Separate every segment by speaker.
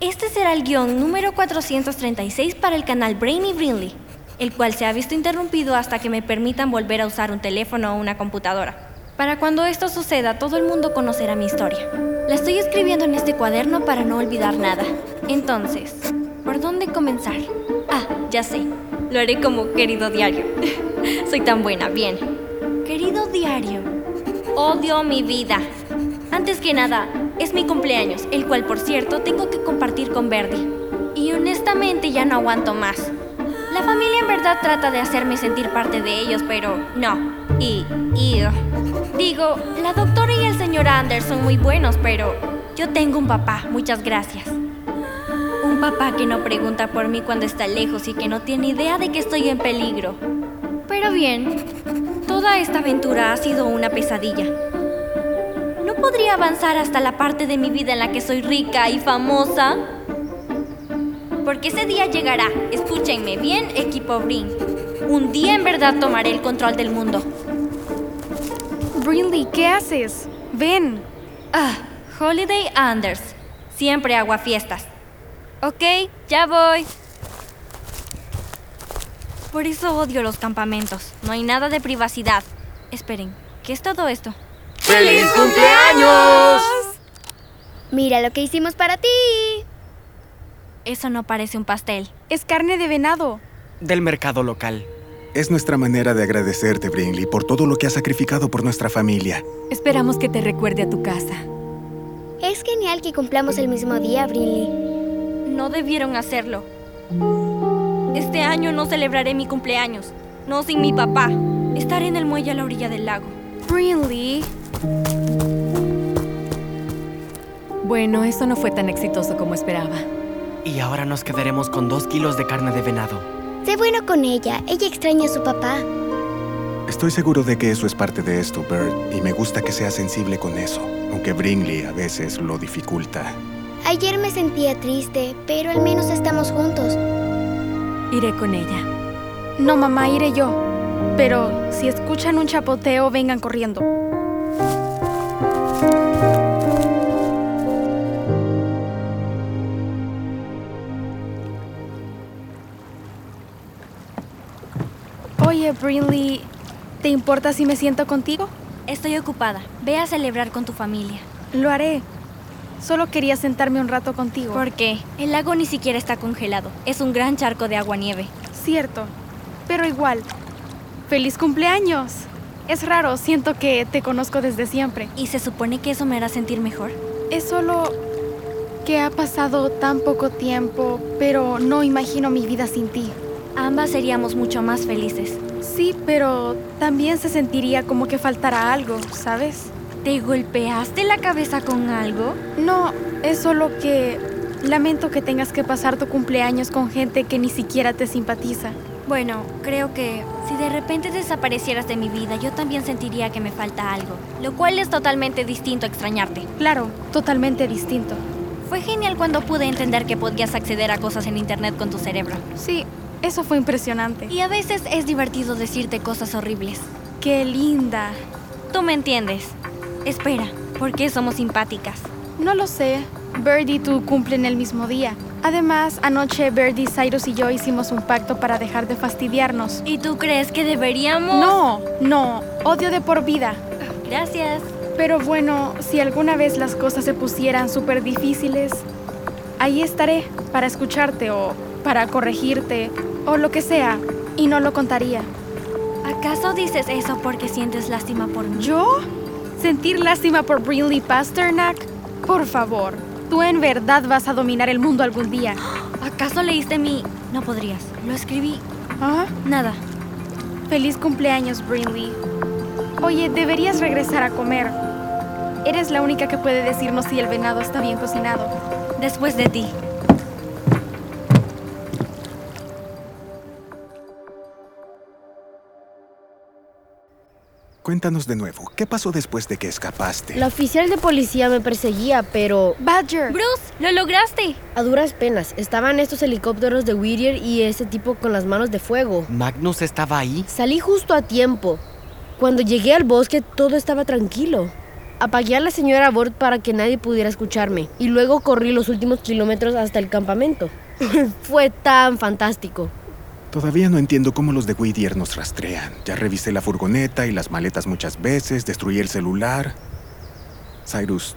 Speaker 1: Este será el guión número 436 para el canal Brainy Brinley, el cual se ha visto interrumpido hasta que me permitan volver a usar un teléfono o una computadora. Para cuando esto suceda, todo el mundo conocerá mi historia. La estoy escribiendo en este cuaderno para no olvidar nada. Entonces, ¿por dónde comenzar? Ah, ya sé. Lo haré como querido diario. Soy tan buena, bien. Querido diario, odio mi vida. Antes que nada, es mi cumpleaños, el cual por cierto tengo que compartir con Verdi. Y honestamente ya no aguanto más. La familia en verdad trata de hacerme sentir parte de ellos, pero no. Y, y ugh. digo, la doctora y el señor Anders son muy buenos, pero yo tengo un papá, muchas gracias. Un papá que no pregunta por mí cuando está lejos y que no tiene idea de que estoy en peligro. Pero bien, toda esta aventura ha sido una pesadilla. ¿No podría avanzar hasta la parte de mi vida en la que soy rica y famosa? Porque ese día llegará. Escúchenme bien, equipo Brin. Un día en verdad tomaré el control del mundo.
Speaker 2: Brinley, ¿qué haces? Ven.
Speaker 1: Ah, Holiday Anders. Siempre agua fiestas. Ok, ya voy. Por eso odio los campamentos. No hay nada de privacidad. Esperen, ¿qué es todo esto?
Speaker 3: ¡Feliz cumpleaños!
Speaker 4: Mira lo que hicimos para ti.
Speaker 1: Eso no parece un pastel.
Speaker 2: Es carne de venado.
Speaker 5: del mercado local.
Speaker 6: Es nuestra manera de agradecerte, Brinley, por todo lo que has sacrificado por nuestra familia.
Speaker 7: Esperamos que te recuerde a tu casa.
Speaker 4: Es genial que cumplamos el mismo día, Brinley.
Speaker 1: No debieron hacerlo. Este año no celebraré mi cumpleaños. No sin mi papá. Estaré en el muelle a la orilla del lago.
Speaker 2: Brinley.
Speaker 7: Bueno, eso no fue tan exitoso como esperaba.
Speaker 5: Y ahora nos quedaremos con dos kilos de carne de venado.
Speaker 4: Sé bueno con ella. Ella extraña a su papá.
Speaker 6: Estoy seguro de que eso es parte de esto, Bert, y me gusta que seas sensible con eso, aunque Brinley a veces lo dificulta.
Speaker 4: Ayer me sentía triste, pero al menos estamos juntos.
Speaker 7: Iré con ella.
Speaker 2: No, mamá, iré yo. Pero si escuchan un chapoteo, vengan corriendo. Oye, Brinley, ¿te importa si me siento contigo?
Speaker 1: Estoy ocupada. Ve a celebrar con tu familia.
Speaker 2: Lo haré. Solo quería sentarme un rato contigo.
Speaker 1: ¿Por qué? El lago ni siquiera está congelado. Es un gran charco de agua nieve.
Speaker 2: Cierto, pero igual. ¡Feliz cumpleaños! Es raro, siento que te conozco desde siempre.
Speaker 1: ¿Y se supone que eso me hará sentir mejor?
Speaker 2: Es solo que ha pasado tan poco tiempo, pero no imagino mi vida sin ti.
Speaker 1: Ambas seríamos mucho más felices.
Speaker 2: Sí, pero también se sentiría como que faltara algo, ¿sabes?
Speaker 1: ¿Te golpeaste la cabeza con algo?
Speaker 2: No, es solo que lamento que tengas que pasar tu cumpleaños con gente que ni siquiera te simpatiza.
Speaker 1: Bueno, creo que si de repente desaparecieras de mi vida, yo también sentiría que me falta algo, lo cual es totalmente distinto a extrañarte.
Speaker 2: Claro, totalmente distinto.
Speaker 1: Fue genial cuando pude entender que podías acceder a cosas en Internet con tu cerebro.
Speaker 2: Sí, eso fue impresionante.
Speaker 1: Y a veces es divertido decirte cosas horribles.
Speaker 2: ¡Qué linda!
Speaker 1: Tú me entiendes. Espera, ¿por qué somos simpáticas?
Speaker 2: No lo sé. Bird y tú cumplen el mismo día. Además, anoche Birdie, Cyrus y yo hicimos un pacto para dejar de fastidiarnos.
Speaker 1: ¿Y tú crees que deberíamos?
Speaker 2: No, no, odio de por vida.
Speaker 1: Gracias.
Speaker 2: Pero bueno, si alguna vez las cosas se pusieran súper difíciles, ahí estaré para escucharte o para corregirte o lo que sea, y no lo contaría.
Speaker 1: ¿Acaso dices eso porque sientes lástima por mí?
Speaker 2: ¿Yo? ¿Sentir lástima por Brinley Pasternak? Por favor, tú en verdad vas a dominar el mundo algún día.
Speaker 1: ¿Acaso leíste mi...? No podrías. Lo escribí.
Speaker 2: ¿Ah?
Speaker 1: Nada.
Speaker 2: Feliz cumpleaños, Brinley. Oye, deberías regresar a comer. Eres la única que puede decirnos si el venado está bien cocinado.
Speaker 1: Después de ti.
Speaker 6: Cuéntanos de nuevo, ¿qué pasó después de que escapaste?
Speaker 8: La oficial de policía me perseguía, pero
Speaker 2: Badger,
Speaker 1: Bruce, lo lograste.
Speaker 8: a duras penas. Estaban estos helicópteros de Whittier y ese tipo con las manos de fuego.
Speaker 5: Magnus estaba ahí.
Speaker 8: Salí justo a tiempo. Cuando llegué al bosque todo estaba tranquilo. Apagué a la señora Bort para que nadie pudiera escucharme y luego corrí los últimos kilómetros hasta el campamento. Fue tan fantástico.
Speaker 6: Todavía no entiendo cómo los de Whittier nos rastrean. Ya revisé la furgoneta y las maletas muchas veces, destruí el celular. Cyrus,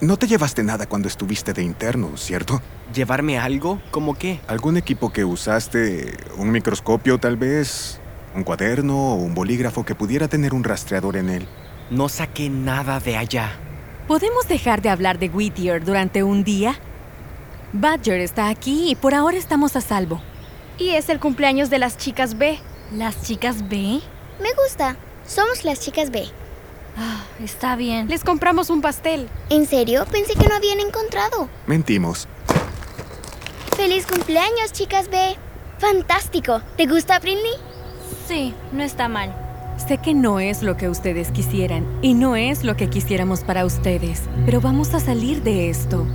Speaker 6: no te llevaste nada cuando estuviste de interno, ¿cierto?
Speaker 5: ¿Llevarme algo? ¿Cómo qué?
Speaker 6: ¿Algún equipo que usaste? ¿Un microscopio tal vez? ¿Un cuaderno o un bolígrafo que pudiera tener un rastreador en él?
Speaker 5: No saqué nada de allá.
Speaker 7: ¿Podemos dejar de hablar de Whittier durante un día? Badger está aquí y por ahora estamos a salvo.
Speaker 2: Y es el cumpleaños de las chicas B.
Speaker 1: ¿Las chicas B?
Speaker 4: Me gusta. Somos las chicas B.
Speaker 1: Ah, está bien.
Speaker 2: Les compramos un pastel.
Speaker 4: ¿En serio? Pensé que no habían encontrado.
Speaker 6: Mentimos.
Speaker 4: ¡Feliz cumpleaños, chicas B! ¡Fantástico! ¿Te gusta, Brinley?
Speaker 1: Sí, no está mal.
Speaker 7: Sé que no es lo que ustedes quisieran y no es lo que quisiéramos para ustedes, pero vamos a salir de esto.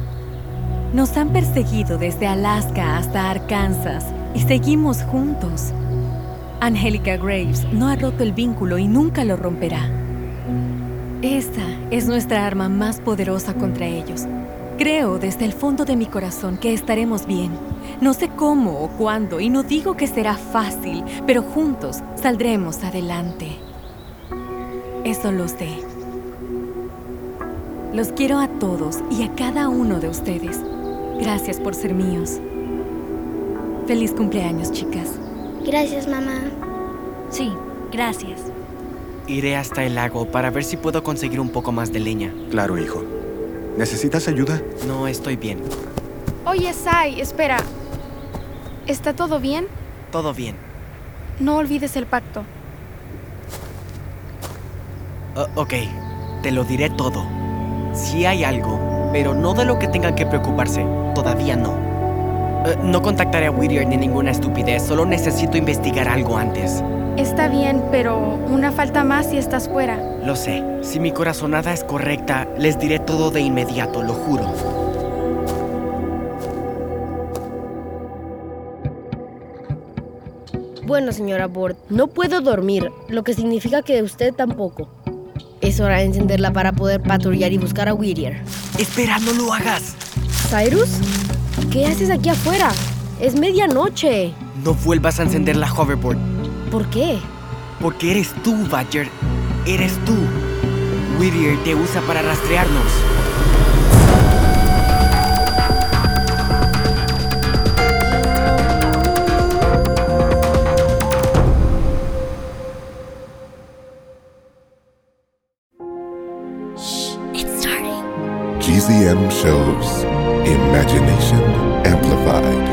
Speaker 7: Nos han perseguido desde Alaska hasta Arkansas y seguimos juntos. Angélica Graves no ha roto el vínculo y nunca lo romperá. Esa es nuestra arma más poderosa contra ellos. Creo desde el fondo de mi corazón que estaremos bien. No sé cómo o cuándo y no digo que será fácil, pero juntos saldremos adelante. Eso lo sé. Los quiero a todos y a cada uno de ustedes. Gracias por ser míos. Feliz cumpleaños, chicas.
Speaker 4: Gracias, mamá.
Speaker 1: Sí, gracias.
Speaker 5: Iré hasta el lago para ver si puedo conseguir un poco más de leña.
Speaker 6: Claro, hijo. ¿Necesitas ayuda?
Speaker 5: No estoy bien.
Speaker 2: Oye, Sai, espera. ¿Está todo bien?
Speaker 5: Todo bien.
Speaker 2: No olvides el pacto.
Speaker 5: O- Oh, ok, te lo diré todo. Sí hay algo, pero no de lo que tengan que preocuparse. Todavía no. Eh, no contactaré a Whittier ni ninguna estupidez, solo necesito investigar algo antes.
Speaker 2: Está bien, pero una falta más si estás fuera.
Speaker 5: Lo sé, si mi corazonada es correcta, les diré todo de inmediato, lo juro.
Speaker 8: Bueno, señora Bort, no puedo dormir, lo que significa que usted tampoco. Es hora de encenderla para poder patrullar y buscar a Whittier.
Speaker 5: Espera, no lo hagas.
Speaker 8: ¿Cyrus? ¿Qué haces aquí afuera? Es medianoche.
Speaker 5: No vuelvas a encender la hoverboard,
Speaker 8: ¿Por qué?
Speaker 5: porque eres tú, Badger. Eres tú. Whittier te usa para rastrearnos.
Speaker 9: GZM shows Imagination Amplified.